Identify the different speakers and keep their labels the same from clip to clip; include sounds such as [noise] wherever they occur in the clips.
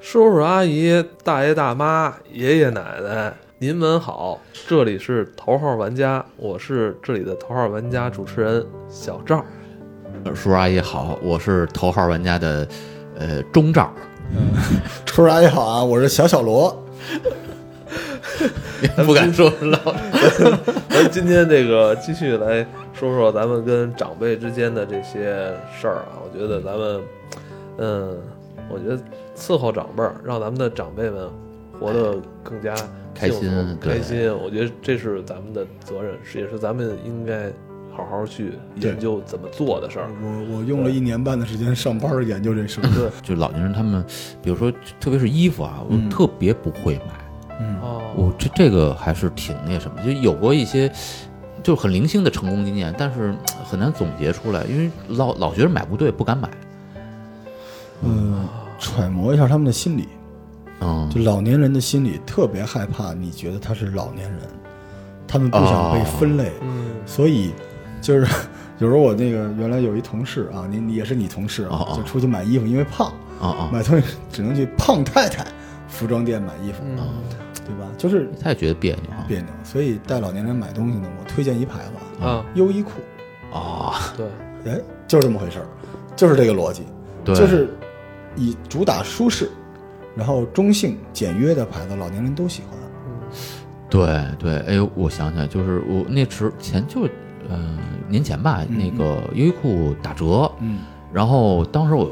Speaker 1: 叔叔阿姨、大爷大妈、爷爷奶奶，您们好，这里是头号玩家，我是这里的头号玩家主持人小赵。
Speaker 2: 叔叔阿姨好，我是头号玩家的呃钟
Speaker 3: [laughs]
Speaker 2: 赵，
Speaker 3: 叔叔阿姨好啊，我是小小罗。
Speaker 2: 不敢说了。
Speaker 1: 咱今天这个继续来说说咱们跟长辈之间的这些事儿啊，我觉得咱们，嗯，我觉得伺候长辈儿，让咱们的长辈们活得更加
Speaker 2: 开心
Speaker 1: 幸福
Speaker 2: 对
Speaker 1: 开心。我觉得这是咱们的责任，是也是咱们应该好好去研究怎么做的事儿。
Speaker 3: 我我用了一年半的时间上班儿研究这事儿。
Speaker 1: 对，
Speaker 2: 就老年人他们，比如说特别是衣服啊，我
Speaker 3: 嗯
Speaker 2: 特别不会买，
Speaker 3: 嗯
Speaker 1: 哦，
Speaker 2: 我这这个还是挺那什么，就有过一些就是很零星的成功经验，但是呃很难总结出来，因为老老觉得买不对，不敢买。
Speaker 3: 嗯，揣摩一下他们的心理，
Speaker 2: 嗯，
Speaker 3: 就老年人的心理特别害怕，你觉得他是老年人，他们不想被分类，
Speaker 1: 嗯，
Speaker 3: 所以就是 [laughs] 有时候我那个原来有一同事啊，你你也是你同事
Speaker 2: 哦
Speaker 3: 啊，
Speaker 2: 哦
Speaker 3: 就出去买衣服，因为胖，
Speaker 2: 啊啊，
Speaker 3: 买东西只能去胖太太服装店买衣服，
Speaker 1: 嗯
Speaker 3: 对吧？就是
Speaker 2: 他也觉得别扭啊
Speaker 3: 别扭，所以带老年人买东西呢，我推荐一牌子啊，
Speaker 1: 啊，
Speaker 3: 优衣库。
Speaker 2: 啊，
Speaker 1: 对，
Speaker 3: 哎，就是这么回事儿，就是这个逻辑，
Speaker 2: 对，
Speaker 3: 就是以主打舒适，然后中性、简约的牌子，老年人都喜欢。
Speaker 2: 对对，哎呦，我想起来，就是我那时候前就是呃年前吧，那个优衣库打折，
Speaker 3: 嗯，
Speaker 2: 然后当时我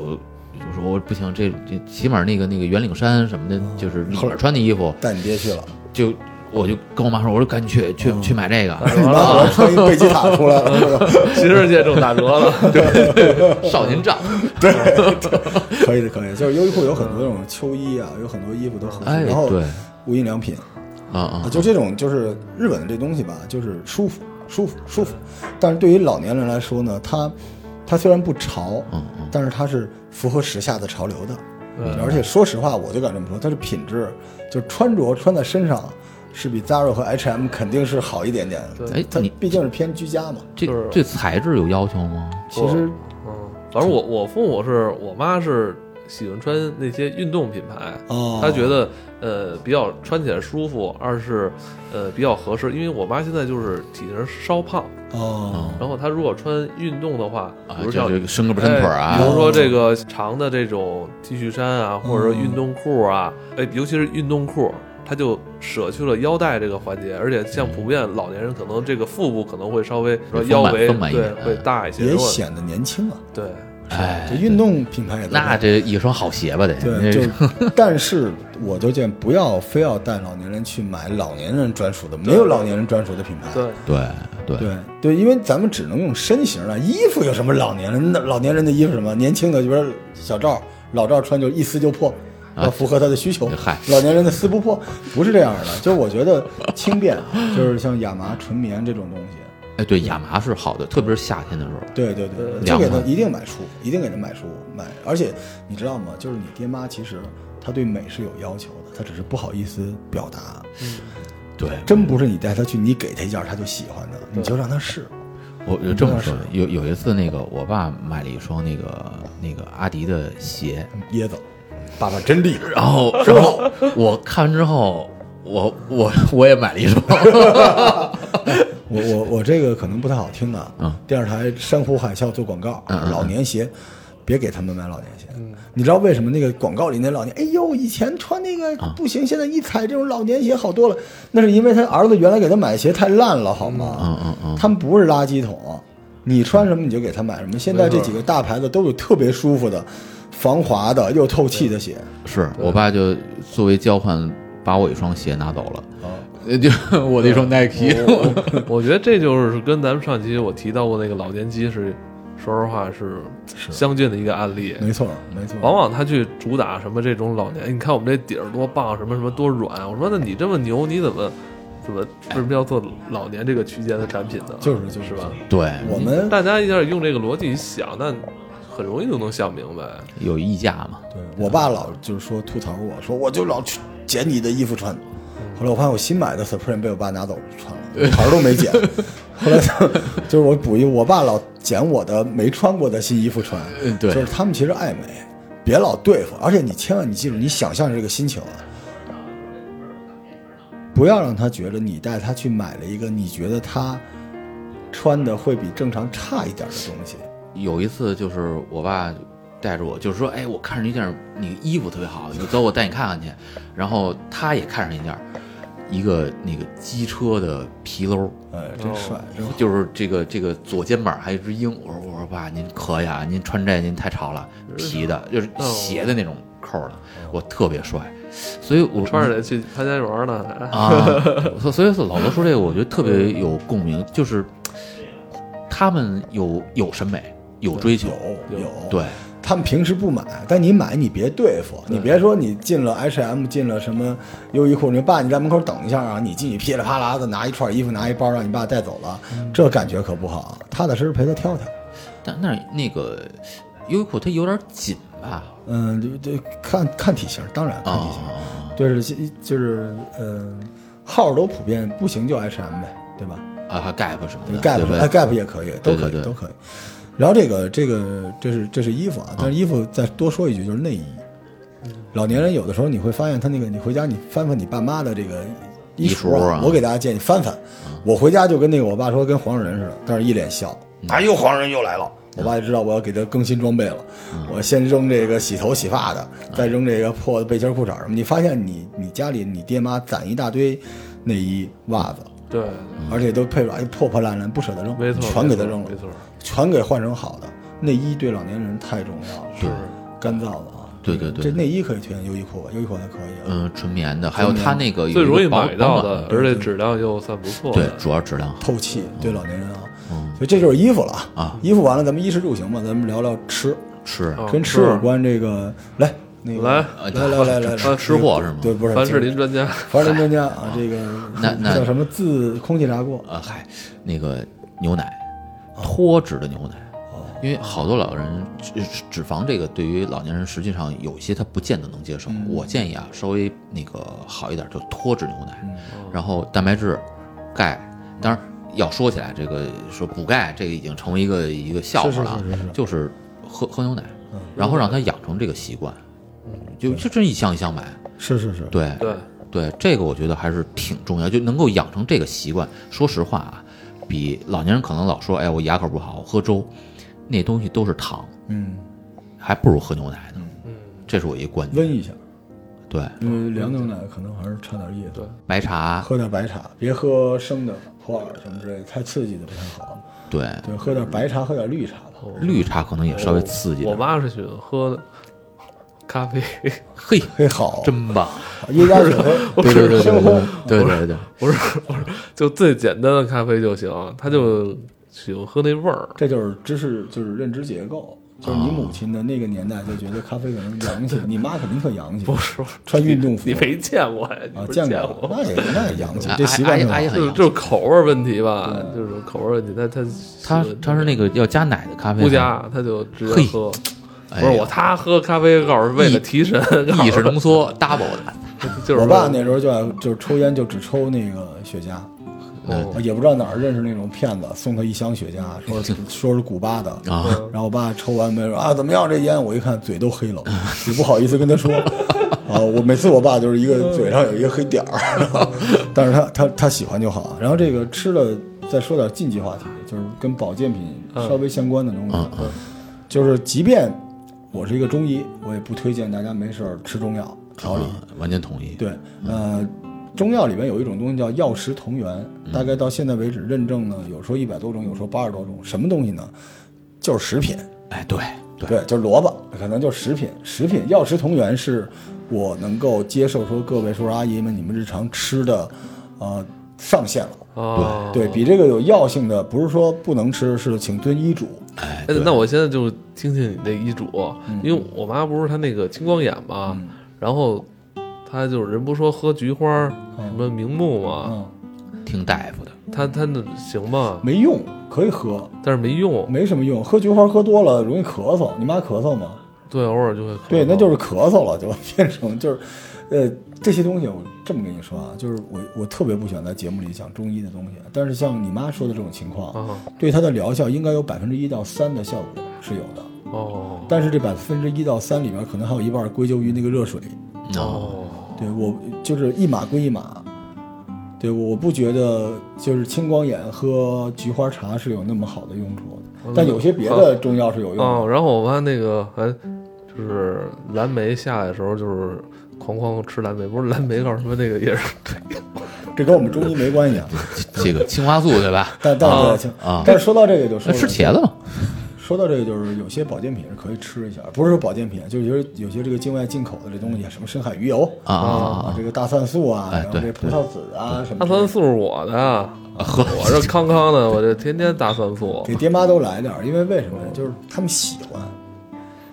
Speaker 2: 就说我不行，这这起码那个那个圆领衫什么的，就是里面穿的衣服，
Speaker 3: 带你爹去了，
Speaker 2: 就我就跟我妈说，我说赶紧去去、去买这个，
Speaker 3: [laughs] 你妈可能穿一贝吉塔出来了， [laughs]
Speaker 1: 新世界正打折了，
Speaker 2: [laughs] 少年账，
Speaker 3: 可以的，可以的。就是优衣库有很多这种秋衣啊，有很多衣服都合适，
Speaker 2: 哎
Speaker 3: 然后
Speaker 2: 对，
Speaker 3: 无印良品
Speaker 2: 啊啊
Speaker 3: 啊，，就这种就是日本的这东西吧，就是舒服、舒服、舒服。但是对于老年人来说呢，它它虽然不潮，
Speaker 2: 嗯嗯，
Speaker 3: 但是它是符合时下的潮流的。
Speaker 1: [laughs] 嗯
Speaker 3: 而且说实话，我就敢这么说，它是品质，就是穿着穿在身上是比 Zara 和 H&M 肯定是好一点点的。
Speaker 2: 哎
Speaker 3: 它
Speaker 2: 你
Speaker 3: 毕竟是偏居家嘛。
Speaker 2: 这
Speaker 1: 就是
Speaker 2: 对材质有要求吗？
Speaker 3: 其实
Speaker 1: 嗯，反正我我父母是我妈是喜欢穿那些运动品牌，
Speaker 3: 哦，
Speaker 1: 她觉得呃比较穿起来舒服，二是呃比较合适，因为我妈现在就是体型稍胖，
Speaker 3: 哦，
Speaker 1: 然后她如果穿运动的话，
Speaker 2: 啊
Speaker 1: 比，如像。
Speaker 2: 就是伸胳膊伸腿儿
Speaker 1: 哎比
Speaker 2: 啊，嗯
Speaker 1: 如说这个长的这种 T 恤衫啊，或者说运动裤啊，哎，尤其是运动裤，它就舍去了腰带这个环节，而且像普遍老年人可能这个腹部可能会稍微说
Speaker 2: 丰满
Speaker 1: 腰围
Speaker 2: 丰满一
Speaker 1: 对
Speaker 2: 点嗯
Speaker 1: 会大一些，
Speaker 3: 也
Speaker 1: 如果
Speaker 3: 显得年轻啊。
Speaker 1: 对，
Speaker 2: 哎
Speaker 3: 这，运动品牌也都
Speaker 2: 那这一双好鞋吧得，
Speaker 3: 对，就但是我就见不要非要带老年人去买老年人专属的，没有老年人专属的品牌。
Speaker 1: 对，
Speaker 2: 对对
Speaker 3: 对对，因为咱们只能用身形了，衣服有什么老年人的老年人的衣服什么？年轻的就比如小赵、老赵穿就一撕就破，要符合他的需求。
Speaker 2: 嗨
Speaker 3: 老年人的撕不破，不是这样的。就是我觉得轻便，啊就是像亚麻、纯棉这种东西。
Speaker 2: 哎对，亚麻是好的，特别是夏天的时候，
Speaker 3: 对对对，
Speaker 2: 凉
Speaker 3: 就给他
Speaker 2: 快
Speaker 3: 一定买书，一定给他买书买。而且你知道吗？就是你爹妈其实他对美是有要求的，他只是不好意思表达。
Speaker 2: 对，
Speaker 3: 真不是你带他去，你给他一件他就喜欢的，你就让他试。
Speaker 2: 我就这么说，有有一次那个我爸买了一双那个那个阿迪的鞋，
Speaker 3: 椰子，爸爸真厉害。
Speaker 2: 然后然后我看完之后，我我我也买了一 [laughs] 双，
Speaker 3: 我我我这个可能不太好听啊，
Speaker 2: 嗯
Speaker 3: 电视台山呼海啸做广告，老年鞋，别给他们买老年鞋。你知道为什么那个广告里那老年，哎呦，以前穿那个
Speaker 2: 啊
Speaker 3: 不行，现在一踩这种老年鞋好多了，那是因为他儿子原来给他买鞋太烂了，好吗？
Speaker 2: 嗯嗯嗯，
Speaker 3: 他们不是垃圾桶，你穿什么你就给他买什么。现在这几个大牌子都有特别舒服的、防滑的又透气的鞋。
Speaker 2: 是我爸就作为交换把我一双鞋拿走了，哦
Speaker 3: 啊，
Speaker 2: 呃就我的一双 Nike， [laughs]
Speaker 1: 我我我觉得这就是跟咱们上期我提到过那个老年机是，说实话是相近的一个案例。
Speaker 3: 没错没错。
Speaker 1: 往往他去主打什么这种老年，哎你看我们这底儿多棒，什么什么多软。啊我说那你这么牛，你怎么怎么为什么要做老年这个区间的产品呢？
Speaker 3: 就是就是
Speaker 1: 是吧？
Speaker 2: 对，
Speaker 3: 我
Speaker 2: 嗯
Speaker 3: 们
Speaker 1: 大家一下用这个逻辑一想，那很容易就能想明白。
Speaker 2: 有溢价嘛，
Speaker 3: 对嗯我爸老就是说吐槽我说我就老去捡你的衣服穿，后来我发现我新买的 Supreme 被我爸拿走穿
Speaker 2: [laughs]
Speaker 3: 了，牌儿都没捡。后来就就是我补一，我爸老捡我的没穿过的新衣服穿
Speaker 2: 嗯，对
Speaker 3: 就是他们其实爱美，别老对付，而且你千万你记住，你想象这个心情啊，不要让他觉得你带他去买了一个你觉得他穿的会比正常差一点的东西。
Speaker 2: 有一次就是我爸带着我，就是说，哎，我看上一件你衣服特别好，你走，我带你看看去。然后他也看上一件一个那个机车的皮褛，
Speaker 3: 哎，
Speaker 2: 哦
Speaker 3: 真帅，真好
Speaker 2: 就是这个这个左肩膀还有一只鹰。我说我说爸，您可以啊，您穿这您太潮了，皮的，就是斜的那种扣的，我特别帅，所以我
Speaker 1: 穿着得去潘家园
Speaker 3: 嗯
Speaker 1: 呢。
Speaker 2: 啊，所所以说老罗说这个，我觉得特别有共鸣，就是他们有有审美，有追求，
Speaker 3: 有有
Speaker 2: 对，
Speaker 3: 他们平时不买，但你买你别对付，你别说你进了 H&M，进了什么优衣库，你说爸你在门口等一下啊，你进去噼里啪啦的拿一串衣服，拿一包让你爸带走了，这感觉可不好。踏踏实实陪他挑挑，
Speaker 2: 但那那个优衣库它有点紧吧？
Speaker 3: 嗯，对对，看看体型，当然
Speaker 2: 啊、
Speaker 3: 看体型，就是就是嗯，号儿都普遍，不行就 H&M 呗，对吧？
Speaker 2: 啊，还 Gap 什么
Speaker 3: 对
Speaker 2: 的
Speaker 3: ，gap
Speaker 2: 对吧
Speaker 3: 哎 gap 也可以，都
Speaker 2: 对
Speaker 3: 可
Speaker 2: 对
Speaker 3: 以
Speaker 2: 对
Speaker 3: 都可以。然后这个这个这是这是衣服啊，但是衣服再多说一句就是内衣。老年人有的时候你会发现他那个，你回家你翻翻你爸妈的这个衣
Speaker 2: 衣橱
Speaker 3: 啊
Speaker 2: 啊，
Speaker 3: 我给大家建议翻翻。我回家就跟那个我爸说跟黄种人似的，但是一脸笑，
Speaker 2: 嗯
Speaker 3: 啊又黄种人又来了。我爸就知道我要给他更新装备了，
Speaker 2: 嗯
Speaker 3: 我先扔这个洗头洗发的，再扔这个破的背心裤衩什么。你发现你你家里你爹妈攒一大堆内衣袜子，
Speaker 1: 对，
Speaker 3: 而且都配着哎破破烂烂，不舍得扔，
Speaker 1: 没错，
Speaker 3: 全给他扔了
Speaker 1: 没，错，
Speaker 3: 全给换成好的。内衣对老年人太重要了，
Speaker 1: 是
Speaker 3: 干燥的啊。
Speaker 2: 对对对
Speaker 3: 这内衣可以推荐优衣库吧？优衣库还可以啊，
Speaker 2: 嗯，纯棉的，还有它那个有
Speaker 1: 最
Speaker 2: 一个
Speaker 1: 容易
Speaker 2: 保
Speaker 1: 买到
Speaker 2: 保暖
Speaker 1: 的，而且质量又算不错
Speaker 2: 对
Speaker 1: 的，。
Speaker 2: 主要质量好。
Speaker 3: 透气对老年人啊。
Speaker 2: 嗯
Speaker 3: 所以这就是衣服了啊。衣服完了，咱们衣食住行嘛，咱们聊聊吃，
Speaker 2: 吃
Speaker 1: 啊
Speaker 3: 跟吃有关这个。来，那个
Speaker 1: 来
Speaker 2: 呃
Speaker 3: 来来来来
Speaker 2: 吃
Speaker 3: 来，
Speaker 2: 吃货是吗
Speaker 3: 对，不是
Speaker 1: 凡士林专家，
Speaker 3: 凡士林专家啊，这个
Speaker 2: 那那
Speaker 3: 叫什么自空气炸锅？
Speaker 2: 呃，嗨，那个牛奶，脱脂的牛奶，
Speaker 3: 哦
Speaker 2: 因为好多老人脂脂肪这个对于老年人实际上有一些他不见得能接受。
Speaker 3: 嗯
Speaker 2: 我建议啊，稍微那个好一点就脱脂牛奶，
Speaker 3: 嗯
Speaker 2: 然后蛋白质、钙，当然要说起来这个说补钙这个已经成为一个一个笑话了啊，
Speaker 3: 是是是是嗯
Speaker 2: 就是喝喝牛奶，然后让他养成这个习惯，就就真一箱一箱买，
Speaker 3: 是是是，
Speaker 2: 对
Speaker 1: 对，
Speaker 2: 对，这个我觉得还是挺重要，就能够养成这个习惯。说实话啊，比老年人可能老说，哎，我牙口不好，我喝粥，那东西都是糖，
Speaker 3: 嗯，
Speaker 2: 还不如喝牛奶呢。嗯这是我一个观
Speaker 3: 温
Speaker 2: 点。
Speaker 3: 一下，
Speaker 2: 对，
Speaker 3: 因为凉牛奶可能还是差点意思。
Speaker 1: 对
Speaker 2: 白茶，
Speaker 3: 喝点白茶，别喝生的普洱什么之类的，太刺激的不太好。
Speaker 2: 对，
Speaker 3: 对，喝点白茶，喝点绿茶吧。
Speaker 2: 绿茶可能也 [laughs] 稍微刺激
Speaker 1: 我
Speaker 2: 点。
Speaker 1: 妈是喜欢喝咖啡， [laughs]
Speaker 2: 嘿，
Speaker 3: 嘿，好，
Speaker 2: 真棒！
Speaker 3: 椰加 [laughs] 酒喝，
Speaker 2: 对对对对
Speaker 3: 生
Speaker 2: 对
Speaker 3: 烘。
Speaker 2: 对对对，
Speaker 1: 不是不是，就最简单的咖啡就行，她就喜欢喝那味儿。
Speaker 3: 这就是知识，就是认知结构。就是你母亲的那个年代就觉得咖啡可能洋气，你妈肯定特洋气，
Speaker 1: 不是，
Speaker 3: 穿运动服
Speaker 1: 你没见过哎呀？你
Speaker 3: 啊
Speaker 1: 不，是
Speaker 3: 见
Speaker 1: 见
Speaker 3: 过那也那也洋气，这习
Speaker 2: 阿
Speaker 3: 惯
Speaker 2: 姨
Speaker 3: 挺好
Speaker 2: 阿姨很
Speaker 1: 就是
Speaker 2: 洋
Speaker 1: 就
Speaker 2: 气。
Speaker 1: 是口味问题吧，
Speaker 3: 嗯
Speaker 1: 就是口味问题。但他
Speaker 2: 她她是那个要加奶的咖啡，啊
Speaker 1: 不加，他就直接喝。
Speaker 2: 哎
Speaker 1: 不
Speaker 2: 呀
Speaker 1: 是我，他喝咖啡告诉为了提神，
Speaker 2: 意式浓缩 double 的，
Speaker 1: 哎就是
Speaker 3: 我爸那时候就爱就是抽烟就只抽那个雪茄，
Speaker 1: 哦
Speaker 3: 也不知道哪儿认识那种骗子，送他一箱雪茄，
Speaker 2: [laughs]
Speaker 3: 说是说是古巴的嗯
Speaker 2: 啊。
Speaker 3: 然后我爸抽完没说啊怎么样这烟？我一看嘴都黑了，
Speaker 2: [laughs]
Speaker 3: 也不好意思跟他说。啊，我每次我爸就是一个嘴上有一个黑点儿， [laughs] 但是他他他喜欢就好。然后这个吃的再说点禁忌话题，就是跟保健品稍微相关的
Speaker 2: 嗯
Speaker 3: 东西，啊就是即便我是一个中医，我也不推荐大家没事儿吃中药调理。
Speaker 2: 嗯完全同意。
Speaker 3: 对，呃，中药里面有一种东西叫药食同源，大概到现在为止认证呢，有说一百多种，有说八十多种，什么东西呢？就是食品，
Speaker 2: 哎，对对，
Speaker 3: 对，就是萝卜，可能就是食品。食品药食同源是我能够接受说各位叔叔阿姨们你们日常吃的，呃，上限了。
Speaker 1: 哦，
Speaker 3: 对比这个有药性的，不是说不能吃，是请遵医嘱。
Speaker 2: 哎，
Speaker 1: 哎
Speaker 2: 对，
Speaker 1: 那我现在就听听你那医嘱，
Speaker 3: 嗯
Speaker 1: 因为我妈不是她那个青光眼嘛，然后她就是人不说喝菊花儿什么明目嘛，
Speaker 3: 嗯，
Speaker 2: 听大夫的。
Speaker 1: 她她那行吗？
Speaker 3: 没用，可以喝，
Speaker 1: 但是没用，
Speaker 3: 没什么用。喝菊花喝多了容易咳嗽，你妈咳嗽吗？
Speaker 1: 对，偶尔就会喝
Speaker 3: 对，那
Speaker 1: 到
Speaker 3: 就是咳嗽了，就变成就是，呃，这些东西我这么跟你说啊，就是我我特别不喜欢在节目里讲中医的东西，啊但是像你妈说的这种情况，
Speaker 1: 啊
Speaker 3: 对它的疗效应该有百分之一到三的效果是有的。
Speaker 1: 哦
Speaker 3: 但是这百分之一到三里边，可能还有一半归咎于那个热水。
Speaker 1: 哦，
Speaker 3: 对我就是一码归一码。对，我不觉得就是青光眼喝菊花茶是有那么好的用处的，但有些别的中药是有用的。
Speaker 1: 哦，然后我妈那个还就是蓝莓下来的时候，就是哐哐吃蓝莓，不是蓝莓 [laughs] 告诉什么那个也是对，
Speaker 3: 这跟我们中医没关系啊。
Speaker 2: 这这个青花素对吧？
Speaker 3: 但但
Speaker 1: 啊
Speaker 3: 对
Speaker 2: 啊
Speaker 3: 但 [laughs] 是说到这个就说
Speaker 2: 那吃茄子了，
Speaker 3: 说到这个，就是有些保健品是可以吃一下，不是说保健品，啊就是有些有些这个境外进口的这东西，什么深海鱼油
Speaker 2: 啊啊啊
Speaker 3: 这个大蒜素啊，
Speaker 2: 哎
Speaker 3: 然后这
Speaker 2: 对
Speaker 3: 葡萄籽啊什么
Speaker 1: 大
Speaker 3: 之类
Speaker 1: 蒜
Speaker 3: 的，
Speaker 1: 素是我的，啊
Speaker 2: 啊
Speaker 1: 我这康康的，我这天天大蒜素
Speaker 3: 给爹妈都来点儿，因为为什么呢？就是他们喜欢，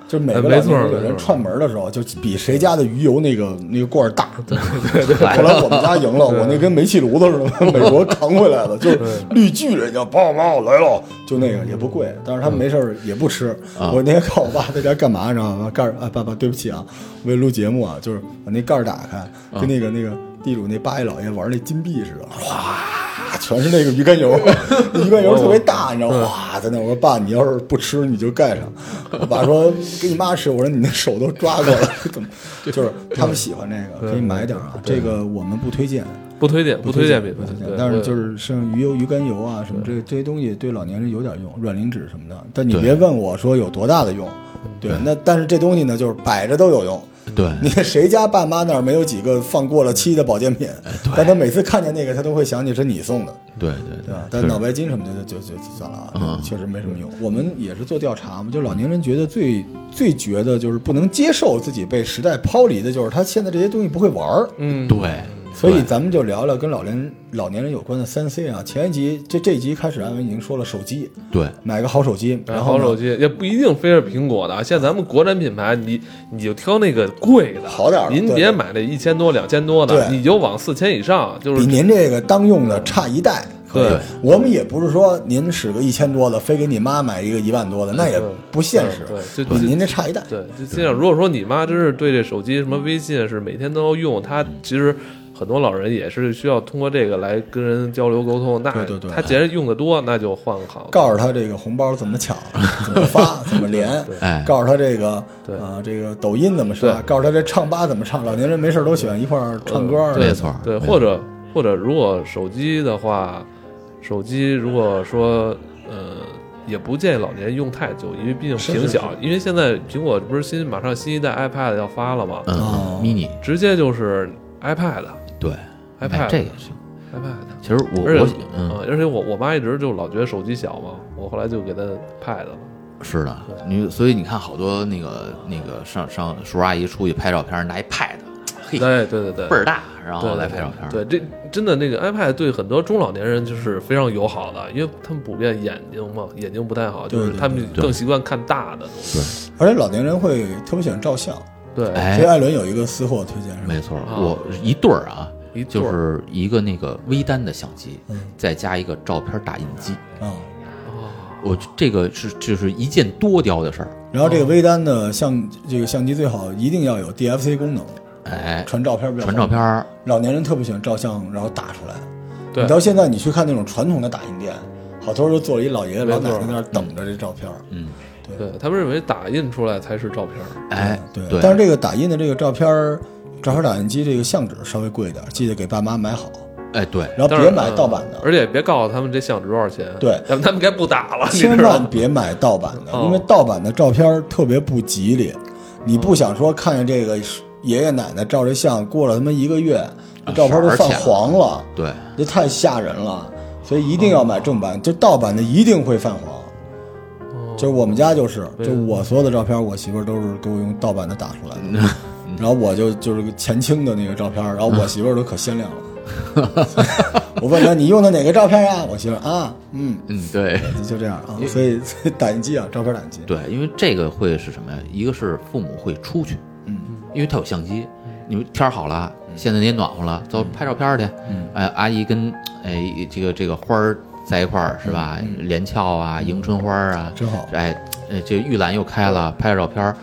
Speaker 3: 就是每
Speaker 1: 哎
Speaker 3: 个
Speaker 1: 没
Speaker 3: 老
Speaker 1: 错
Speaker 3: 年人
Speaker 1: 没
Speaker 3: 有人
Speaker 1: 错
Speaker 3: 串门的时候，就比谁家的鱼油那个那个罐儿大。后
Speaker 2: 来
Speaker 3: 来我们家赢了，我那跟煤气炉子似的，美国扛回来的，就是绿巨人家，叭叭来了，就那个也不贵，但是他们没事儿也不吃。
Speaker 1: 嗯
Speaker 3: 我那天看我爸在家干嘛，你知道吗？盖儿，哎，爸爸，对不起啊，为了录节目啊，就是把那盖儿打开，
Speaker 1: 嗯
Speaker 3: 跟那个那个地主那八爷老爷玩那金币似的，哗。全是那个鱼肝
Speaker 1: [laughs]
Speaker 3: 油，鱼肝油特别大，你知道
Speaker 1: 嗯
Speaker 3: 吗？哇，在那我说爸，你要是不吃你就盖上。 [laughs] 我爸说给你妈吃，我说你那手都抓过来， [laughs] 怎么？就是他们喜欢这个，可以买点儿啊。这个我们不推荐，
Speaker 1: 不推荐，不推荐品
Speaker 3: 不
Speaker 1: 牌
Speaker 3: 推，荐
Speaker 1: 对。
Speaker 3: 但是就是是像鱼油、鱼肝油啊什么这这些东西，对老年人有点用，软磷脂什么的。但你别问我说有多大的用，对。那但是这东西呢，就是摆着都有用。 [laughs]
Speaker 2: 对，
Speaker 3: 你看谁家爸妈那儿没有几个放过了期的保健品？
Speaker 1: 哎
Speaker 3: 但他每次看见那个，他都会想起是你送的。
Speaker 2: 对对
Speaker 3: 对吧？啊
Speaker 2: 对，
Speaker 3: 但脑白金什么的就就就算了啊，确实没什么用。我们也是做调查嘛，就老年人觉得最最觉得就是不能接受自己被时代抛离的，就是他现在这些东西不会玩儿。
Speaker 1: 嗯，
Speaker 2: 对，
Speaker 3: 所以咱们就聊聊跟老年老年人有关的三 C 啊。前一集这这一集开始，安文已经说了手机，
Speaker 2: 对
Speaker 3: 买个好手机，然后
Speaker 1: 好
Speaker 3: 呢
Speaker 1: 手机也不一定非是苹果的，现在咱们国产品牌，你你就挑那个贵的，
Speaker 3: 好点儿的
Speaker 1: 您
Speaker 3: 对
Speaker 1: 别买那一千多、两千多的，
Speaker 3: 对
Speaker 1: 你就往四千以上，就
Speaker 3: 比
Speaker 1: 是
Speaker 3: 您这个当用的差一代。
Speaker 1: 对
Speaker 3: 可以我们也不是说您使个一千多的，非给你妈买一个一万多的，那也不现实
Speaker 1: 对嗯对。就
Speaker 3: 比您这差一代。
Speaker 1: 对，就心想，如果说你妈真是对这手机什么微信是每天都要用，她其实很多老人也是需要通过这个来跟人交流沟通。那
Speaker 3: 对对对
Speaker 1: 她既然用的多，那就换个好的。
Speaker 3: 告诉他这个红包怎么
Speaker 1: [laughs]
Speaker 3: 抢，怎么发，怎么连
Speaker 2: 哎，
Speaker 3: 告诉他这个
Speaker 1: 对
Speaker 3: 啊，这个抖音怎么刷
Speaker 1: 对，
Speaker 3: 告诉他这唱吧怎么唱。老年人没事儿都喜欢一块儿唱歌
Speaker 1: 嗯
Speaker 3: 儿，
Speaker 1: 对
Speaker 2: 没错
Speaker 1: 对，
Speaker 2: 没
Speaker 1: 或者或者如果手机的话，手机如果说呃。也不建议老年用太久，因为毕竟
Speaker 3: 是
Speaker 1: 屏
Speaker 3: 是
Speaker 1: 小。因为现在苹果不是新马上新一代 iPad 要发了嘛，
Speaker 2: 嗯
Speaker 3: 哦
Speaker 2: ，mini
Speaker 1: 直接就是 iPad，iPad，iPad
Speaker 2: 对，
Speaker 1: 还
Speaker 2: 哎
Speaker 1: 怕
Speaker 2: 这个是，其实我
Speaker 1: 而且
Speaker 2: 我嗯
Speaker 1: 啊而且我我妈一直就老觉得手机小嘛，我后来就给她 pad 了。
Speaker 2: 嗯是的，你所以你看好多那个那个上上叔叔阿姨出去拍照片拿一 pad，嘿
Speaker 1: 对哎对对对，
Speaker 2: 哎倍儿大，然
Speaker 1: 对
Speaker 2: 后
Speaker 1: 对
Speaker 2: 来拍照片，
Speaker 1: 对，这真的那个 iPad 对很多中老年人就是非常友好的，因为他们普遍眼睛嘛，眼睛不太好，就是
Speaker 3: 对对
Speaker 1: 他们
Speaker 2: 对
Speaker 1: 更习惯看大的东西。
Speaker 3: 而且老年人会特别喜欢照相。
Speaker 1: 对，
Speaker 2: 哎
Speaker 3: 所以艾伦有一个私货推荐是吧？
Speaker 2: 没错，
Speaker 1: 啊
Speaker 2: 我一对儿啊
Speaker 1: 一，对
Speaker 2: 就
Speaker 1: 儿
Speaker 2: 是一个那个微单的相机
Speaker 3: 嗯，
Speaker 2: 再加一个照片打印机，
Speaker 3: 啊，
Speaker 2: 我这个是就是一箭多雕的事儿，
Speaker 3: 然后这个微单的相这个相机最好一定要有 DFC 功能，
Speaker 2: 哎，
Speaker 3: 传照片比较
Speaker 2: 传照片儿，
Speaker 3: 老年人特别喜欢照相，然后打出来。
Speaker 1: 对
Speaker 3: 你到现在你去看那种传统的打印店，好多时候坐了一老爷爷
Speaker 1: 没
Speaker 3: 老
Speaker 1: 错
Speaker 3: 奶奶在那儿等着这照片儿。
Speaker 2: 嗯，
Speaker 1: 对他们认为打印出来才是照片儿。
Speaker 2: 哎，
Speaker 3: 对，
Speaker 2: 对，
Speaker 3: 但是这个打印的这个照片儿，照片打印机这个相纸稍微贵一点，记得给爸妈买好，
Speaker 2: 哎对，
Speaker 3: 然后
Speaker 1: 但
Speaker 3: 别
Speaker 1: 是
Speaker 3: 买
Speaker 1: 嗯
Speaker 3: 盗版的，
Speaker 1: 而且别告诉他们这相纸多少钱。
Speaker 3: 对
Speaker 1: 他们他们该不打了，你
Speaker 3: 千
Speaker 1: 知道
Speaker 3: 万
Speaker 1: 吗？
Speaker 3: 别买盗版的，
Speaker 1: 哦
Speaker 3: 因为盗版的照片儿特别不吉利。你不想说看见这个爷爷奶奶照这相，过了他妈一个月，这照片儿都泛黄了，
Speaker 2: 对，嗯
Speaker 3: 这太吓人了。所以一定要买正版，就盗版的一定会泛黄。
Speaker 2: 哦
Speaker 3: 就是我们家就是，就我所有的照片儿，我媳妇儿都是给我用盗版的打出来的，
Speaker 2: 嗯
Speaker 3: [laughs] 然后我就就是前清的那个照片儿，然后我媳妇儿都可鲜亮了。
Speaker 2: [laughs]
Speaker 3: 我问她你用的哪个照片呀、我媳妇儿啊，嗯，
Speaker 2: 嗯对。
Speaker 3: 就这样啊。所以所以打印机啊，照片打印机，
Speaker 2: 对，因为这个会是什么呀？一个是父母会出去，嗯，因为他有相机，你们天儿好了，
Speaker 3: 嗯
Speaker 2: 现在你也暖和了，走拍照片儿去。嗯，哎，阿姨跟哎这个这个花儿在一块儿是吧？
Speaker 3: 嗯
Speaker 2: 连翘啊，迎春花儿啊，
Speaker 3: 真好
Speaker 2: 哎，哎这玉兰又开了，拍照片儿，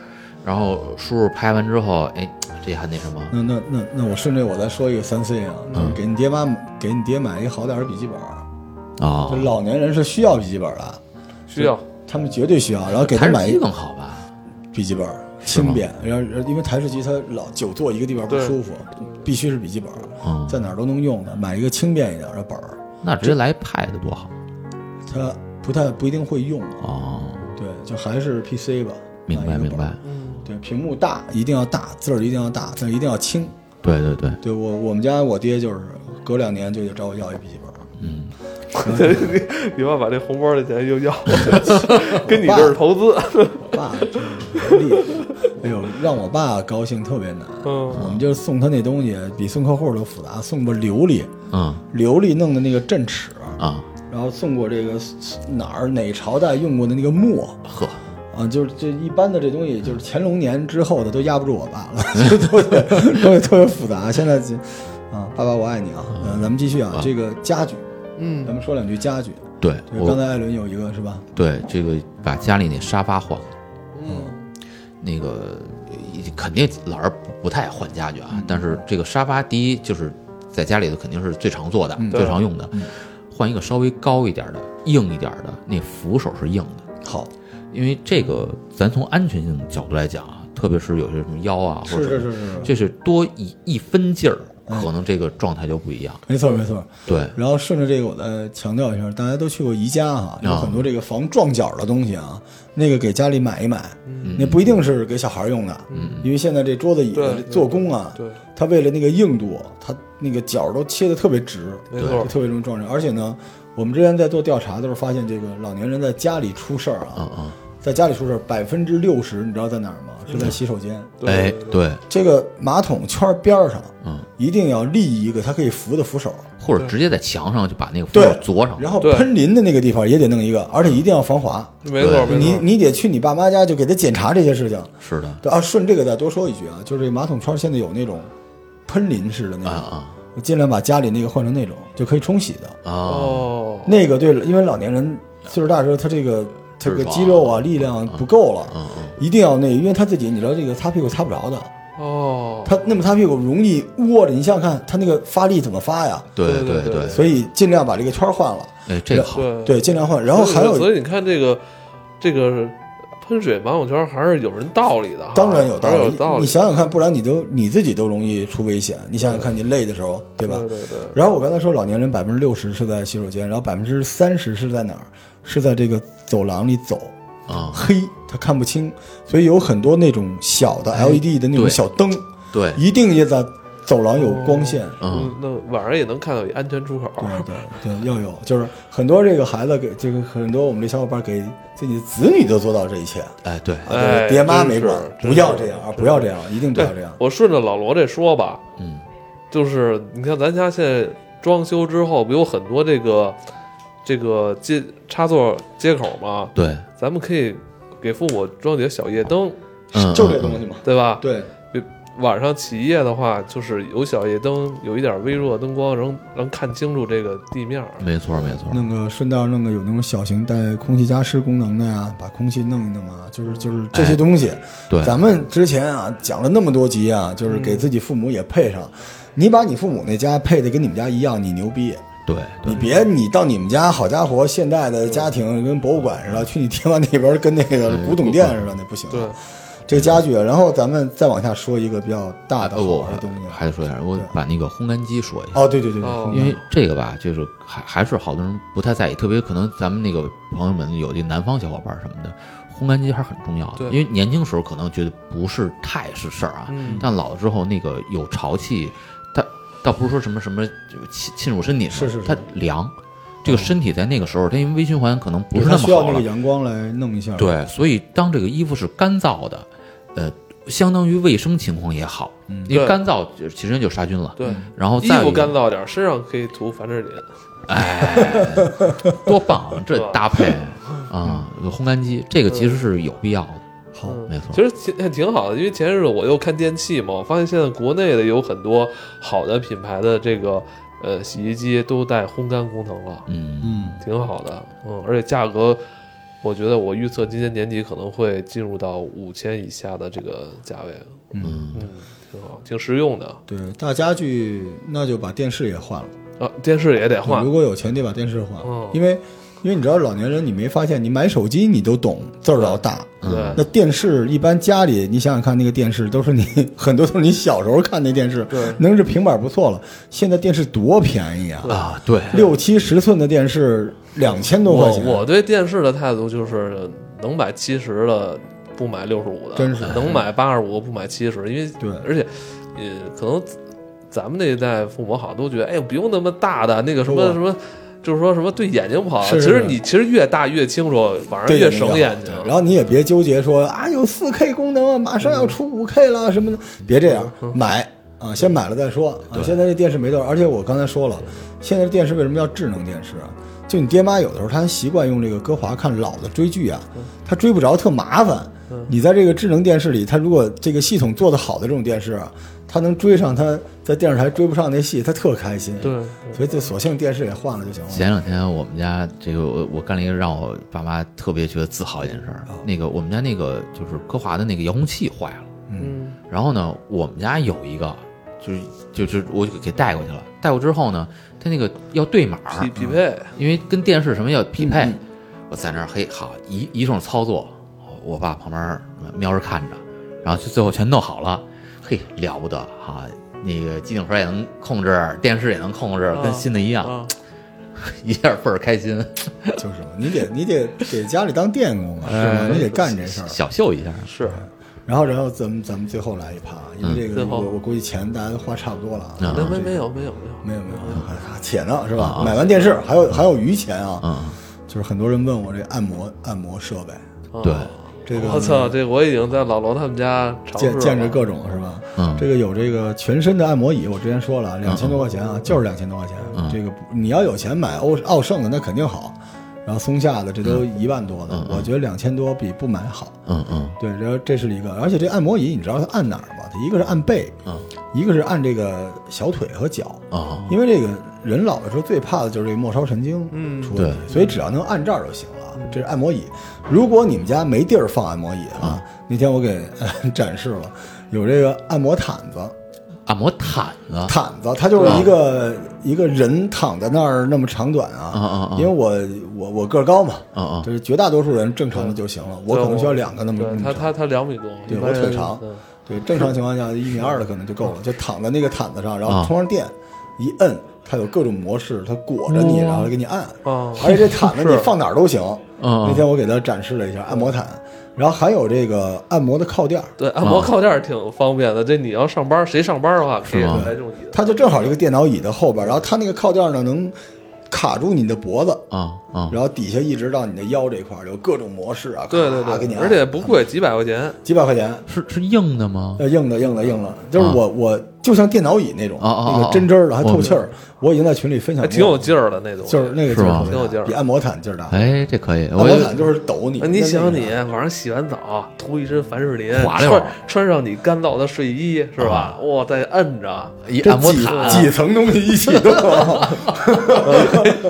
Speaker 2: 然后叔叔拍完之后，哎，这还那什么？
Speaker 3: 那那那那我顺着我再说一个三 C 啊，
Speaker 2: 嗯
Speaker 3: 就是给你爹妈给你爹买一个好点儿的笔记本儿，
Speaker 2: 哦
Speaker 3: 就，老年人是需要笔记本儿的，
Speaker 1: 需要
Speaker 3: 他们绝对需要，然后给
Speaker 2: 台
Speaker 3: 他
Speaker 2: 式
Speaker 3: 买一
Speaker 2: 机更好吧？
Speaker 3: 笔记本儿轻便，然后然后因为台式机它老久坐一个地方不
Speaker 1: 对
Speaker 3: 舒服，必须是笔记本儿，
Speaker 2: 嗯
Speaker 3: 在哪儿都能用的，买一个轻便一点儿的本儿，
Speaker 2: 那直接来 Pad 多好
Speaker 3: 它不太不一定会用，
Speaker 2: 哦，
Speaker 3: 对，就还是 PC 吧，
Speaker 2: 明白
Speaker 3: 买一个
Speaker 2: 明
Speaker 3: 本儿
Speaker 2: 白，
Speaker 1: 嗯，
Speaker 3: 对，屏幕大一定要大，字儿一定要大，但是一定要轻。
Speaker 2: 对对对，
Speaker 3: 对我我们家我爹就是隔两年就得找我要一笔记本儿，
Speaker 2: 嗯，
Speaker 1: 你爸把这红包的钱又
Speaker 3: [laughs]
Speaker 1: 要了，跟你这是投资。
Speaker 3: 我爸真是厉害，哎呦，让我爸高兴特别难。
Speaker 1: 嗯，
Speaker 3: 我们就是送他那东西比送客户都复杂，送过琉璃，
Speaker 2: 嗯
Speaker 3: 琉璃弄的那个镇尺，
Speaker 2: 啊，
Speaker 3: 然后送过这个哪儿哪朝代用过的那个墨。
Speaker 2: 呵，
Speaker 3: 啊，就是这一般的这东西，就是乾隆年之后的都压不住我爸了， [laughs] 就都得都得特别复杂。现在就，啊，爸爸我爱你啊，嗯、咱们继续啊，这个家具，嗯，咱们说两句家具。
Speaker 2: 对
Speaker 3: 对，刚
Speaker 2: 我
Speaker 3: 才艾伦有一个是吧？
Speaker 2: 对这个把家里那沙发换了，嗯，那个肯定老人不不太爱换家具啊，但是这个沙发第一就是在家里头肯定是最常坐的、最常用的，嗯换一个稍微高一点的、硬一点的，那扶手是硬的。
Speaker 3: 好，
Speaker 2: 因为这个，咱从安全性角度来讲啊，特别是有些什么腰啊，或
Speaker 3: 是
Speaker 2: 者
Speaker 3: 是嗯
Speaker 2: 什么
Speaker 3: 是是是，
Speaker 2: 这是多一一分劲儿，可能这个状态就不一样。
Speaker 3: 没错没错。
Speaker 2: 对，
Speaker 3: 然后顺着这个，我再强调一下，大家都去过宜家哈，有
Speaker 2: 啊
Speaker 3: 很多这个防撞角的东西啊，那个给家里买一买，那不一定是给小孩用的，因为现在这桌子椅子
Speaker 1: 对
Speaker 3: 这做工啊，
Speaker 1: 对，
Speaker 3: 它为了那个硬度，它那个角都切的特别直，
Speaker 1: 没
Speaker 3: 就
Speaker 1: 错，
Speaker 3: 特别容易撞人。而且呢，我们之前在做调查的时候发现，这个老年人在家里出事儿啊，
Speaker 2: 嗯
Speaker 3: 在家里出事儿，百分之六十你知道在哪儿吗？是在洗手间，
Speaker 2: 嗯，哎，对，
Speaker 3: 这个马桶圈边儿上，
Speaker 2: 嗯，
Speaker 3: 一定要立一个它可以扶的扶手，
Speaker 2: 或者直接在墙上就把那个扶
Speaker 3: 对
Speaker 2: 手凿上，
Speaker 3: 然后
Speaker 1: 对
Speaker 3: 喷淋的那个地方也得弄一个，而且一定要防滑。
Speaker 1: 没错，没
Speaker 3: 你
Speaker 1: 错。
Speaker 3: 你得去你爸妈家就给他检查这些事情。
Speaker 2: 是的，
Speaker 3: 对啊，顺这个再多说一句啊，就是这马桶圈现在有那种喷淋式的那
Speaker 2: 啊
Speaker 3: 种，
Speaker 2: 啊
Speaker 3: 我尽量把家里那个换成那种就可以冲洗的。
Speaker 2: 啊，
Speaker 1: 哦，
Speaker 3: 那个对，因为老年人岁数大的时候，他这个这个
Speaker 2: 脂肪
Speaker 3: 肌肉啊力量不够了，
Speaker 2: 嗯嗯，
Speaker 3: 一定要那，因为他自己你知道这个擦屁股擦不着的，
Speaker 1: 哦，
Speaker 3: 他那么擦屁股容易窝着，你想想看他那个发力怎么发呀？
Speaker 2: 对
Speaker 1: 对对
Speaker 2: 对，
Speaker 3: 所以尽量把这个圈换了，
Speaker 2: 哎，这个好，
Speaker 1: 对
Speaker 3: 对，尽量换。然后还有
Speaker 1: 所以你看这个这个喷水马桶圈还是有人道理的哈，
Speaker 3: 当然有
Speaker 1: 还是啊
Speaker 3: 道
Speaker 1: 有
Speaker 3: 理，
Speaker 1: 道理，
Speaker 3: 你想想看，不然你都你自己都容易出危险。你想想看，你累的时候，对
Speaker 1: 对
Speaker 3: 吧？
Speaker 1: 对对，
Speaker 3: 然后我刚才说，老年人百分之六十是在洗手间，然后百分之三十是在哪儿？是在这个走廊里走，
Speaker 2: 啊，
Speaker 3: 黑，他看不清，所以有很多那种小
Speaker 1: 哎
Speaker 3: 的 LED 的那种
Speaker 2: 对
Speaker 3: 小灯，
Speaker 2: 对，
Speaker 3: 一定也在走廊有光线。
Speaker 2: 嗯，
Speaker 1: 那晚上也能看到一安全出口，
Speaker 3: 对对对，要有，就是很多这个孩子给这个很多我们这小伙伴给自己的子女都做到这一切，
Speaker 2: 哎，对，
Speaker 3: 啊
Speaker 1: 哎
Speaker 3: 对爹妈没
Speaker 1: 真是
Speaker 3: 管，
Speaker 1: 真
Speaker 3: 不要
Speaker 1: 是
Speaker 3: 这样啊，不要这样，一定不要这样。
Speaker 1: 我顺着老罗这说吧，
Speaker 2: 嗯，
Speaker 1: 就是你看咱家现在装修之后，不有很多这个这个接插座接口吗？
Speaker 2: 对，
Speaker 1: 咱们可以给父母装几个小夜灯，
Speaker 2: 嗯，
Speaker 3: 就这
Speaker 2: 嗯
Speaker 3: 东西嘛。
Speaker 1: 对吧？
Speaker 3: 对，
Speaker 1: 晚上起夜的话，就是有小夜灯，有一点微弱的灯光，能能看清楚这个地面儿。
Speaker 2: 嗯没错没错，
Speaker 3: 弄个顺道弄个有那种小型带空气加湿功能的呀，把空气弄一弄啊，就是就是这些东西。
Speaker 2: 对，
Speaker 3: 咱们之前啊讲了那么多集啊，就是给自己父母也配上。你把你父母那家配的跟你们家一样，你牛逼。
Speaker 2: 对对
Speaker 3: 你别你到你们家，好家伙，现代的家庭跟博物馆似的，去你爹妈那边跟那个古董店似的，那不行。啊
Speaker 1: 对，
Speaker 3: 这个家具，然后咱们再往下说一个比较大的
Speaker 2: 呃
Speaker 3: 好
Speaker 2: 我
Speaker 3: 玩的东西。啊
Speaker 2: 还得说一下，我把那个烘干机说一下。
Speaker 3: 哦，对对对对，
Speaker 1: 哦
Speaker 2: 因为这个吧，就是还还是好多人不太在意，特别可能咱们那个朋友们有的南方小伙伴什么的，烘干机还是很重要的。
Speaker 1: 对
Speaker 2: 因为年轻时候可能觉得不是太是事儿啊，但老了之后那个有潮气，它倒不是说什么什么就侵侵入身体什么，
Speaker 3: 是是是
Speaker 2: 它凉。这个身体在那个时候，它因为微循环可能不是
Speaker 3: 它
Speaker 2: 那
Speaker 3: 需
Speaker 2: 么
Speaker 3: 要
Speaker 2: 好
Speaker 3: 那个
Speaker 2: 了，
Speaker 3: 阳光来弄一下。
Speaker 2: 对，所以当这个衣服是干燥的，呃，相当于卫生情况也好，因为
Speaker 1: 对
Speaker 2: 干燥就其实就杀菌了。
Speaker 1: 对，
Speaker 2: 然后
Speaker 1: 嗯衣
Speaker 2: 再有
Speaker 1: 服
Speaker 2: 一个嗯
Speaker 1: 干燥点儿，身上可以涂凡士林。
Speaker 2: 多棒啊！这
Speaker 1: 是吧
Speaker 2: 搭配啊，有烘干机这个其实是有必要的，
Speaker 3: 好，
Speaker 2: 没错
Speaker 1: 其实挺挺好的，因为前日子我又看电器嘛，我发现现在国内的有很多好的品牌的这个呃洗衣机都带烘干功能了，
Speaker 2: 嗯，
Speaker 3: 嗯，
Speaker 1: 挺好的，嗯，而且价格，我觉得我预测今年年底可能会进入到五千以下的这个价位，
Speaker 3: 嗯
Speaker 1: 嗯，挺好，挺实用的
Speaker 3: 对，大家具那就把电视也换了。
Speaker 1: 啊，电视也得换
Speaker 2: 嗯
Speaker 3: 如，果有钱得把电视换，
Speaker 1: 哦
Speaker 3: 因为因为你知道老年人，你没发现你买手机你都懂字儿老大，
Speaker 1: 对
Speaker 3: 那电视一般家里，你想想看，那个电视都是你 [laughs] 很多都是你小时候看那电视，
Speaker 1: 对
Speaker 3: 能是平板不错了。现在电视多便宜啊，
Speaker 2: 啊，对，
Speaker 3: 六七十寸的电视两千多块
Speaker 1: 我
Speaker 3: 钱，
Speaker 1: 我对电视的态度就是能买七十的不买六十五的，
Speaker 3: 真是
Speaker 1: 能买八十五不买七十，因为
Speaker 3: 对
Speaker 1: 而且呃，可能咱们那一代父母好像都觉得，哎，不用那么大的那个什么
Speaker 3: 不
Speaker 1: 什么。就是说什么对眼睛不好，
Speaker 3: 是是
Speaker 1: 其实
Speaker 3: 是
Speaker 1: 你其实越大越清楚，反而
Speaker 3: 对
Speaker 1: 越省眼睛
Speaker 3: 对。然后你也别纠结说啊，有四 K 功能啊，马上要出五 K 了什么的，
Speaker 1: 嗯
Speaker 3: 别这样，买啊，先买了再说。啊、现在这电视没多少，而且我刚才说了，现在这电视为什么叫智能电视啊？就你爹妈有的时候他习惯用这个歌华看老的追剧啊，
Speaker 1: 嗯
Speaker 3: 他追不着特麻烦。你在这个智能电视里，他如果这个系统做得好的这种电视啊，他能追上他在电视台追不上那戏，他特开心。
Speaker 1: 对，
Speaker 3: 所以就索性电视也换了就行了。
Speaker 2: 前两天我们家这个我我干了一个让我爸妈特别觉得自豪一件事儿，那个我们家那个就是歌华的那个遥控器坏了，
Speaker 1: 嗯，
Speaker 2: 然后呢，我们家有一个就是就就我就给带过去了，带过之后呢，它那个要对码儿，
Speaker 1: 匹匹配，
Speaker 2: 因为跟电视什么要匹配。我在那儿嘿，好一一通操作，我爸旁边儿瞄着看着，然后就最后全弄好了，嘿，了不得哈、那个机顶盒也能控制，电视也能控制，跟新的一样，
Speaker 1: 啊，
Speaker 2: [laughs] 一下倍儿开心，
Speaker 1: [laughs]
Speaker 3: 就是嘛你得你得给家里当电工啊，是
Speaker 1: 哎
Speaker 3: 吧？你得干这事儿。
Speaker 2: 小秀一下。
Speaker 1: 是
Speaker 3: 然后，然后咱们咱们最后来一趴，因为这个
Speaker 1: 嗯最后
Speaker 3: 我我估计钱大家都花差不多了啊，
Speaker 1: 没没没有没有没有，
Speaker 3: 没有没有，还还且呢是
Speaker 1: 啊
Speaker 3: 吧？买完电视还有还有余钱啊，
Speaker 2: 嗯，
Speaker 3: 就是很多人问我这按摩按摩设备，
Speaker 1: 啊
Speaker 2: 嗯对
Speaker 3: 这个
Speaker 1: 我操，这我已经在老罗他们家尝试
Speaker 3: 见
Speaker 1: 了
Speaker 3: 见着各种是吧？
Speaker 2: 嗯
Speaker 3: 这个有这个全身的按摩椅，我之前说了，两千多块钱
Speaker 1: 嗯
Speaker 3: 啊，就是两千多块钱。这个不你要有钱买欧奥盛的那肯定好，然后松下的这都
Speaker 1: 嗯
Speaker 3: 一万多的，我觉得两千多比不买好。
Speaker 2: 嗯嗯，
Speaker 3: 对，然后这是一个，而且这按摩椅你知道它按哪儿吗？它一个是按背，
Speaker 2: 嗯，
Speaker 3: 一个是按这个小腿和脚，
Speaker 2: 哦，
Speaker 3: 因为这个人老的时候最怕的就是这个末梢神经
Speaker 1: 嗯
Speaker 3: 出问题，所以只要能按这儿就行了。这是按摩椅，如果你们家没地儿放按摩椅
Speaker 2: 嗯
Speaker 3: 啊，那天我给、 [laughs] 呃展示了，有这个按摩毯子，
Speaker 2: 啊按摩毯子，
Speaker 3: 毯子，它就是
Speaker 2: 啊
Speaker 3: 一个、一个人躺在那儿那么长短啊，
Speaker 2: 啊啊啊
Speaker 3: 因为我我我个儿高嘛，
Speaker 2: 啊啊
Speaker 3: 就是绝大多数人正常的就行了，我可能需要两个那么那
Speaker 1: 对
Speaker 3: 么
Speaker 1: 他
Speaker 3: 长。
Speaker 1: 他他两米多，
Speaker 3: 对
Speaker 1: 一般
Speaker 3: 我腿
Speaker 1: 人
Speaker 3: 长
Speaker 1: 嗯
Speaker 3: 对，正常情况下一米二的可能就够了，就躺在那个毯子上，然后充上电，一摁，它有各种模式，它裹着你，然后给你按。
Speaker 1: 哦
Speaker 3: 而且这毯子
Speaker 1: 是
Speaker 3: 你放哪儿都行。
Speaker 2: 嗯
Speaker 3: 那天我给他展示了一下按摩毯，然后还有这个按摩的靠垫儿，
Speaker 1: 对，按摩靠垫儿挺方便的。这你要上班，谁上班的话可以
Speaker 2: 是吗
Speaker 1: 来用椅子。
Speaker 3: 它就正好这个电脑椅的后边儿，然后它那个靠垫儿呢能卡住你的脖子。
Speaker 2: 啊啊，
Speaker 3: 然后底下一直到你的腰这块儿有各种模式啊，
Speaker 1: 对对
Speaker 3: 咔给你
Speaker 1: 对，
Speaker 3: 按，
Speaker 1: 而且不贵，几百块钱。
Speaker 3: 几百块钱，
Speaker 2: 是是硬的吗？
Speaker 3: 呃，硬的，硬的，硬的，就是
Speaker 2: 啊
Speaker 3: 我，我就像电脑椅那种，
Speaker 2: 啊啊啊
Speaker 3: 那
Speaker 2: 啊
Speaker 3: 个针针儿的，还
Speaker 2: 我
Speaker 3: 透气儿。我已经在群里分享
Speaker 1: 还
Speaker 3: 过，
Speaker 1: 挺有劲儿的那种，
Speaker 3: 就是那
Speaker 2: 是
Speaker 3: 个劲
Speaker 2: 吗
Speaker 3: 儿特别大，
Speaker 1: 挺有劲儿
Speaker 3: 比按摩毯劲儿大。按
Speaker 2: 哎，这可以，我
Speaker 3: 摩毯就是抖你，
Speaker 1: 哎你
Speaker 3: 跟那
Speaker 1: 想
Speaker 3: 个
Speaker 1: 你晚上洗完澡，涂一身凡士林，
Speaker 2: 滑溜
Speaker 1: 穿穿上你干燥的睡衣，是吧？哇，再摁着，
Speaker 2: 一
Speaker 3: 这
Speaker 2: 按摩
Speaker 3: 几
Speaker 2: 毯，
Speaker 3: 几层东西一起弄。啊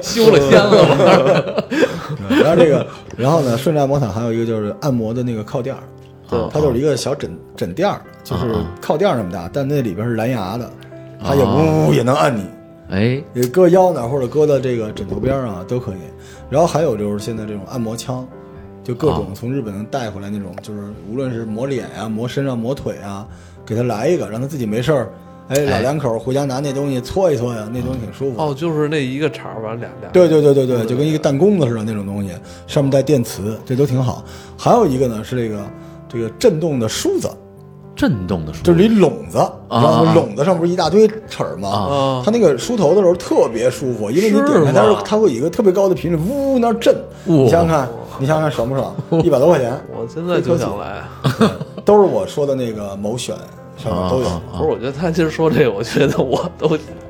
Speaker 2: 修了仙 [laughs] 了吧？
Speaker 3: 然后这个，然后呢，顺着按摩毯还有一个就是按摩的那个靠垫
Speaker 2: 啊
Speaker 3: 儿，
Speaker 1: 对
Speaker 3: 它就是一个小枕枕垫儿，就是靠垫儿那么大，但那里边是蓝牙的，
Speaker 2: 啊
Speaker 3: 它也呜也能按你。
Speaker 2: 哎，
Speaker 3: 你搁腰那儿或者搁到这个枕头边儿啊都可以。然后还有就是现在这种按摩枪，就各种从日本带回来那种，就是无论是磨脸呀、磨身上、磨腿啊，给他来一个，让他自己没事儿，哎，老两口儿回家拿那东西搓一搓呀，那东西挺舒服。
Speaker 1: 哦，就是那一个茬儿，完俩俩。
Speaker 3: 对对对对对，就跟一个弹弓子似的那种东西，上面带电磁，这都挺好。还有一个呢是这个这个震动的梳子，
Speaker 2: 震动的舒
Speaker 3: 就是
Speaker 2: 服，
Speaker 3: 一笼子，然后笼子上不是一大堆齿儿吗
Speaker 1: 啊？
Speaker 3: 它那个梳头的时候特别舒服，因为你
Speaker 1: 是
Speaker 3: 点
Speaker 1: 吗
Speaker 3: 开它，它会有一个特别高的频率，呜呜那儿震。你想想看，你想想看爽不爽？一百多块钱，
Speaker 1: 我现在就想来。
Speaker 3: 对都是我说的那个某选
Speaker 2: 啊
Speaker 3: 上面都有。
Speaker 1: 不是，我觉得他其实说这个，我觉得我都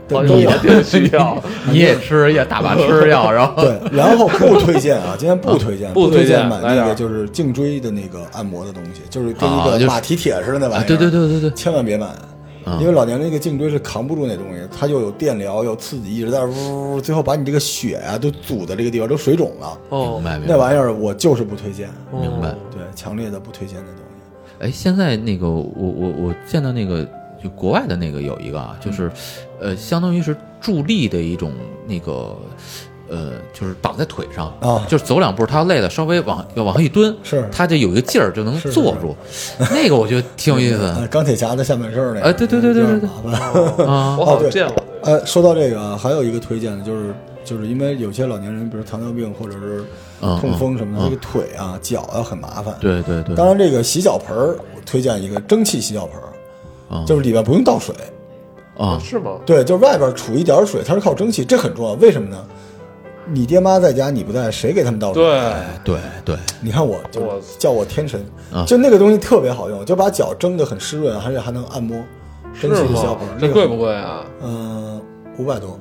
Speaker 3: 对
Speaker 1: 好像
Speaker 3: 都有
Speaker 1: 也挺需要。
Speaker 2: 你也吃，也大把吃药，然后
Speaker 3: 对，然后不推荐啊，今天不推荐，
Speaker 1: 不
Speaker 3: 推
Speaker 1: 推荐
Speaker 3: 买
Speaker 1: 来
Speaker 3: 那
Speaker 1: 点
Speaker 3: 个
Speaker 1: 儿
Speaker 3: 就是颈椎的那个按摩的东西，就是跟
Speaker 2: 啊
Speaker 3: 一
Speaker 2: 就是
Speaker 3: 个马蹄铁似的那玩意
Speaker 2: 啊 [laughs]
Speaker 3: 儿。，
Speaker 2: 对对对对对，
Speaker 3: 千万别买，
Speaker 2: 啊
Speaker 3: 因为老年那个颈椎是扛不住那东西，它又有电疗，又刺激，一直在呜，呜，最后把你这个血啊都阻在这个地方都水肿了。
Speaker 1: 哦
Speaker 2: 明，白明
Speaker 3: 那
Speaker 2: 白
Speaker 3: 玩意儿我就是不推荐，
Speaker 2: 明白。
Speaker 3: 对，强烈的不推荐那东西。
Speaker 2: 哎，现在那个我我我见到那个就国外的
Speaker 3: 嗯
Speaker 2: 那个有一个啊，就是，呃，相当于是助力的一种那个呃，就是绑在腿上，
Speaker 3: 啊
Speaker 2: 就是走两步，他要累了，稍微往要往后一蹲，
Speaker 3: 是
Speaker 2: 他就有一个劲儿就能
Speaker 3: 是是
Speaker 2: 坐住，那个我觉得挺有意思
Speaker 3: [laughs] 呃
Speaker 2: 的
Speaker 3: 钢铁侠的下半身儿那个，
Speaker 2: 啊哎对对对对对对
Speaker 3: 有点 [laughs] 麻烦
Speaker 2: 啊
Speaker 1: 我好像见过。
Speaker 3: 呃，说到这个啊，还有一个推荐的就是，就是因为有些老年人，比如糖尿病或者是
Speaker 2: 嗯
Speaker 3: 痛风什么的，这个腿啊、脚啊很麻烦。
Speaker 2: 对对对
Speaker 3: 当然，这个洗脚盆儿，我推荐一个蒸汽洗脚盆
Speaker 2: 嗯
Speaker 3: 儿，就是里边不用倒水，
Speaker 2: 啊，
Speaker 1: 是吗？
Speaker 3: 对，就是外边储一点儿水，它是靠蒸汽，这很重要。为什么呢？你爹妈在家，你不在，谁给他们倒水？啊
Speaker 1: 对，
Speaker 2: 对对，
Speaker 3: 你看我，就
Speaker 1: 我
Speaker 3: 叫我天神
Speaker 2: 啊，
Speaker 3: 就那个东西特别好用，就把脚蒸得很湿润，而且还能按摩。
Speaker 1: 是
Speaker 3: 蒸汽洗脚
Speaker 1: 吗
Speaker 3: 盆儿，？那
Speaker 1: 这
Speaker 3: 个
Speaker 1: 贵不？贵啊？ [laughs]
Speaker 3: 嗯，五百多。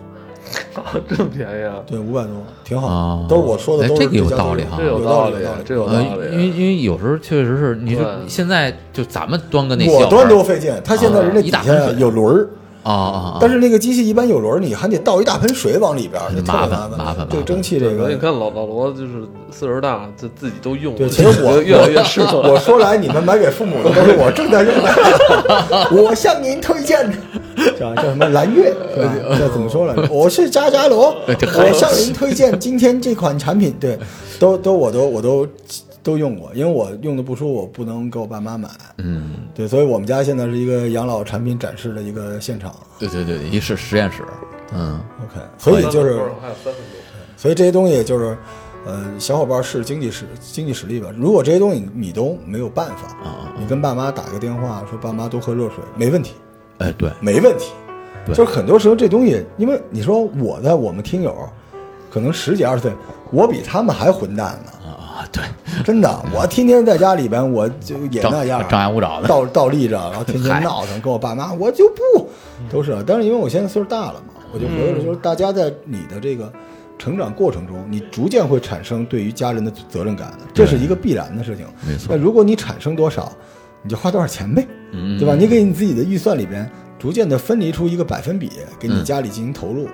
Speaker 1: 这么便宜啊？
Speaker 3: 对，五百多，挺好，
Speaker 2: 啊
Speaker 3: 都是我说的，
Speaker 2: 哎
Speaker 3: 都是
Speaker 2: 这个有
Speaker 3: 比较
Speaker 2: 道理哈
Speaker 1: 这
Speaker 3: 有
Speaker 1: 道
Speaker 3: 道理，有
Speaker 1: 这
Speaker 3: 道
Speaker 1: 有
Speaker 2: 呃
Speaker 1: 道，理。
Speaker 2: 因为因为有时候确实是，你就
Speaker 1: 对
Speaker 2: 现在就咱们端个那
Speaker 3: 理。
Speaker 2: 小
Speaker 3: 我
Speaker 2: 碗
Speaker 3: 端
Speaker 2: 儿
Speaker 3: 多费劲，他现在人家
Speaker 2: 一
Speaker 3: 底
Speaker 2: 大
Speaker 3: 下
Speaker 2: 盆水
Speaker 3: 有轮儿，
Speaker 2: 啊啊啊，
Speaker 3: 但是那个机器一般有轮儿，你还得倒一大盆水往里边儿，
Speaker 2: 嗯
Speaker 3: 就特别
Speaker 2: 麻
Speaker 3: 烦
Speaker 2: 烦麻烦
Speaker 3: 这个蒸汽这
Speaker 1: 对，
Speaker 3: 个
Speaker 1: 你，看老老罗就是岁数大，这自己都用了，
Speaker 3: 对，其实我
Speaker 1: 越来越适合。
Speaker 3: 我 [laughs] 我说来，你们买给父母的都是我正在用 [laughs] 的，我向您推荐的。叫叫什么蓝月？对吧？这怎么说来着？我是渣渣罗，我 [laughs] 向您推荐今天这款产品。对，都都我都我都都用过，因为我用的不舒服，我不能给我爸妈买。
Speaker 2: 嗯，
Speaker 3: 对，所以我们家现在是一个养老产品展示的一个现场。
Speaker 2: 对对对，一是实验室，嗯
Speaker 3: OK，所以就是
Speaker 1: 还有三分钟，
Speaker 3: 所以这些东西就是，呃，小伙伴是经济实经济实力吧。如果这些东西你都没有办法，
Speaker 2: 啊，
Speaker 3: 你跟爸妈打个电话说爸妈多喝热水，没问题，
Speaker 2: 哎对，
Speaker 3: 没问题。
Speaker 2: 对
Speaker 3: 就是很多时候这东西，因为你说我在我们听友，可能十几二十岁，我比他们还混蛋呢，
Speaker 2: 啊啊对，
Speaker 3: 真的。我天天在家里边，我就也
Speaker 2: 张
Speaker 3: 那样儿，
Speaker 2: 张牙舞爪的，
Speaker 3: 倒倒立着，然后天天闹腾，跟我爸妈，我就不都
Speaker 2: 嗯
Speaker 3: 是啊。但是因为我现在岁数大了嘛，我就回来了，就是大家在你的这个成长过程中，你逐渐会产生对于家人的责任感，这是一个必然的事情。
Speaker 2: 没错
Speaker 3: 那如果你产生多少，你就花多少钱呗，
Speaker 2: 嗯
Speaker 3: 对吧？你给你自己的预算里边，逐渐的分离出一个百分比，给你家里进行投入，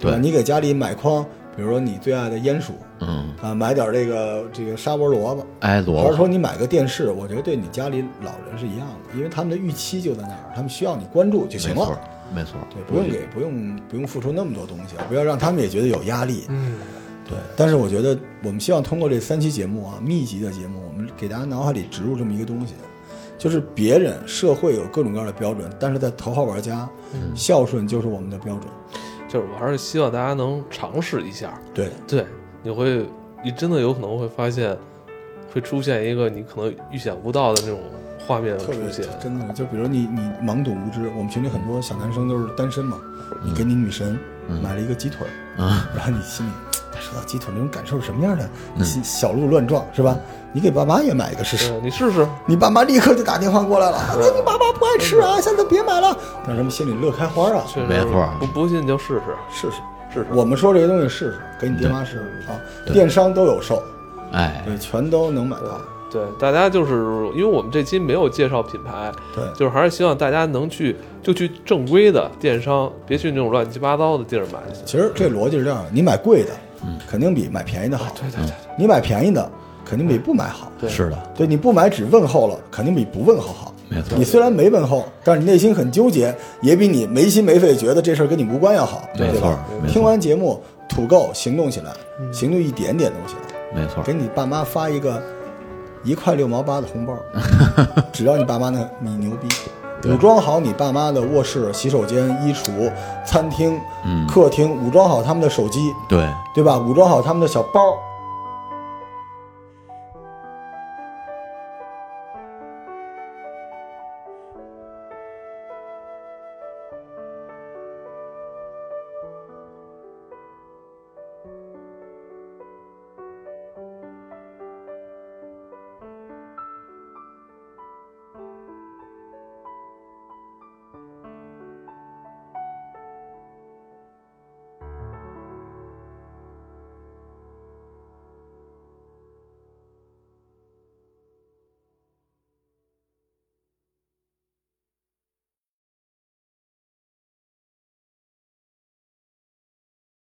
Speaker 3: 对吧？
Speaker 2: 嗯对
Speaker 3: 你给家里买筐，比如说你最爱的烟薯
Speaker 2: 嗯，
Speaker 3: 啊，买点这个这个沙窝萝卜，
Speaker 2: 哎
Speaker 3: 还
Speaker 2: 萝
Speaker 3: 是
Speaker 2: 卜，
Speaker 3: 说你买个电视，我觉得对你家里老人是一样的，因为他们的预期就在那儿，他们需要你关注就
Speaker 2: 没
Speaker 3: 行
Speaker 2: 错
Speaker 3: 了。
Speaker 2: 没错，
Speaker 3: 对，不用给，不用不用付出那么多东西，啊不要让他们也觉得有压力。
Speaker 1: 嗯，
Speaker 3: 对，但是我觉得我们希望通过这三期节目啊，密集的节目，我们给大家脑海里植入这么一个东西，就是别人社会有各种各样的标准，但是在头号玩家，
Speaker 2: 嗯
Speaker 3: 孝顺就是我们的标准。
Speaker 1: 就是我还是希望大家能尝试一下。
Speaker 3: 对，
Speaker 1: 对，你会，你真的有可能会发现，会出现一个你可能预想不到的那种画面
Speaker 3: 特别
Speaker 1: 出现。
Speaker 3: 真的，就比如你你懵懂无知，我们群里很多小男生都是单身嘛，你给你女神
Speaker 2: 嗯
Speaker 3: 买了一个鸡腿，
Speaker 2: 啊，
Speaker 3: 然后你心里，他说到鸡腿那种感受是什么样的？心小鹿乱撞是吧？你给爸妈也买一个试试，
Speaker 1: 嗯对，你试试，
Speaker 3: 你爸妈立刻就打电话过来了，啊你爸妈不爱吃啊，下次别买了。让他们心里乐开花啊，
Speaker 1: 确实
Speaker 2: 没错
Speaker 1: 不不信你就试试，
Speaker 3: 试试。
Speaker 1: 试试。
Speaker 3: 我们说这些东西试试，给你爹妈试试啊，电商都有售，
Speaker 2: 哎
Speaker 3: 对，全都能买到。
Speaker 1: 对，大家就是因为我们这期没有介绍品牌，
Speaker 3: 对
Speaker 1: 就是还是希望大家能去就去正规的电商，别去那种乱七八糟的地儿买。
Speaker 3: 其实这逻辑是这样的，你买贵的，肯定比买便宜的好；
Speaker 1: 嗯对对对，
Speaker 3: 你买便宜的，肯定比不买好。
Speaker 1: 对
Speaker 2: 是的，
Speaker 3: 对你不买只问候了，肯定比不问候好。
Speaker 2: 没错
Speaker 3: 你虽然没问候，但是你内心很纠结，也比你没心没肺觉得这事儿跟你无关要好，
Speaker 2: 没
Speaker 3: 对
Speaker 2: 错
Speaker 3: 吧
Speaker 2: 没？错
Speaker 3: 听完节目，土够行动起来，行动一点点
Speaker 2: 嗯
Speaker 3: 都行，
Speaker 2: 没错
Speaker 3: 给，你爸妈发一个一块六毛八的红包，
Speaker 2: [laughs]
Speaker 3: 只要你爸妈呢，你牛逼。武装好你爸妈的卧室、洗手间、衣橱、
Speaker 2: 嗯
Speaker 3: 餐厅、客厅，武装好他们的手机，
Speaker 2: 对
Speaker 3: 对吧？武装好他们的小包，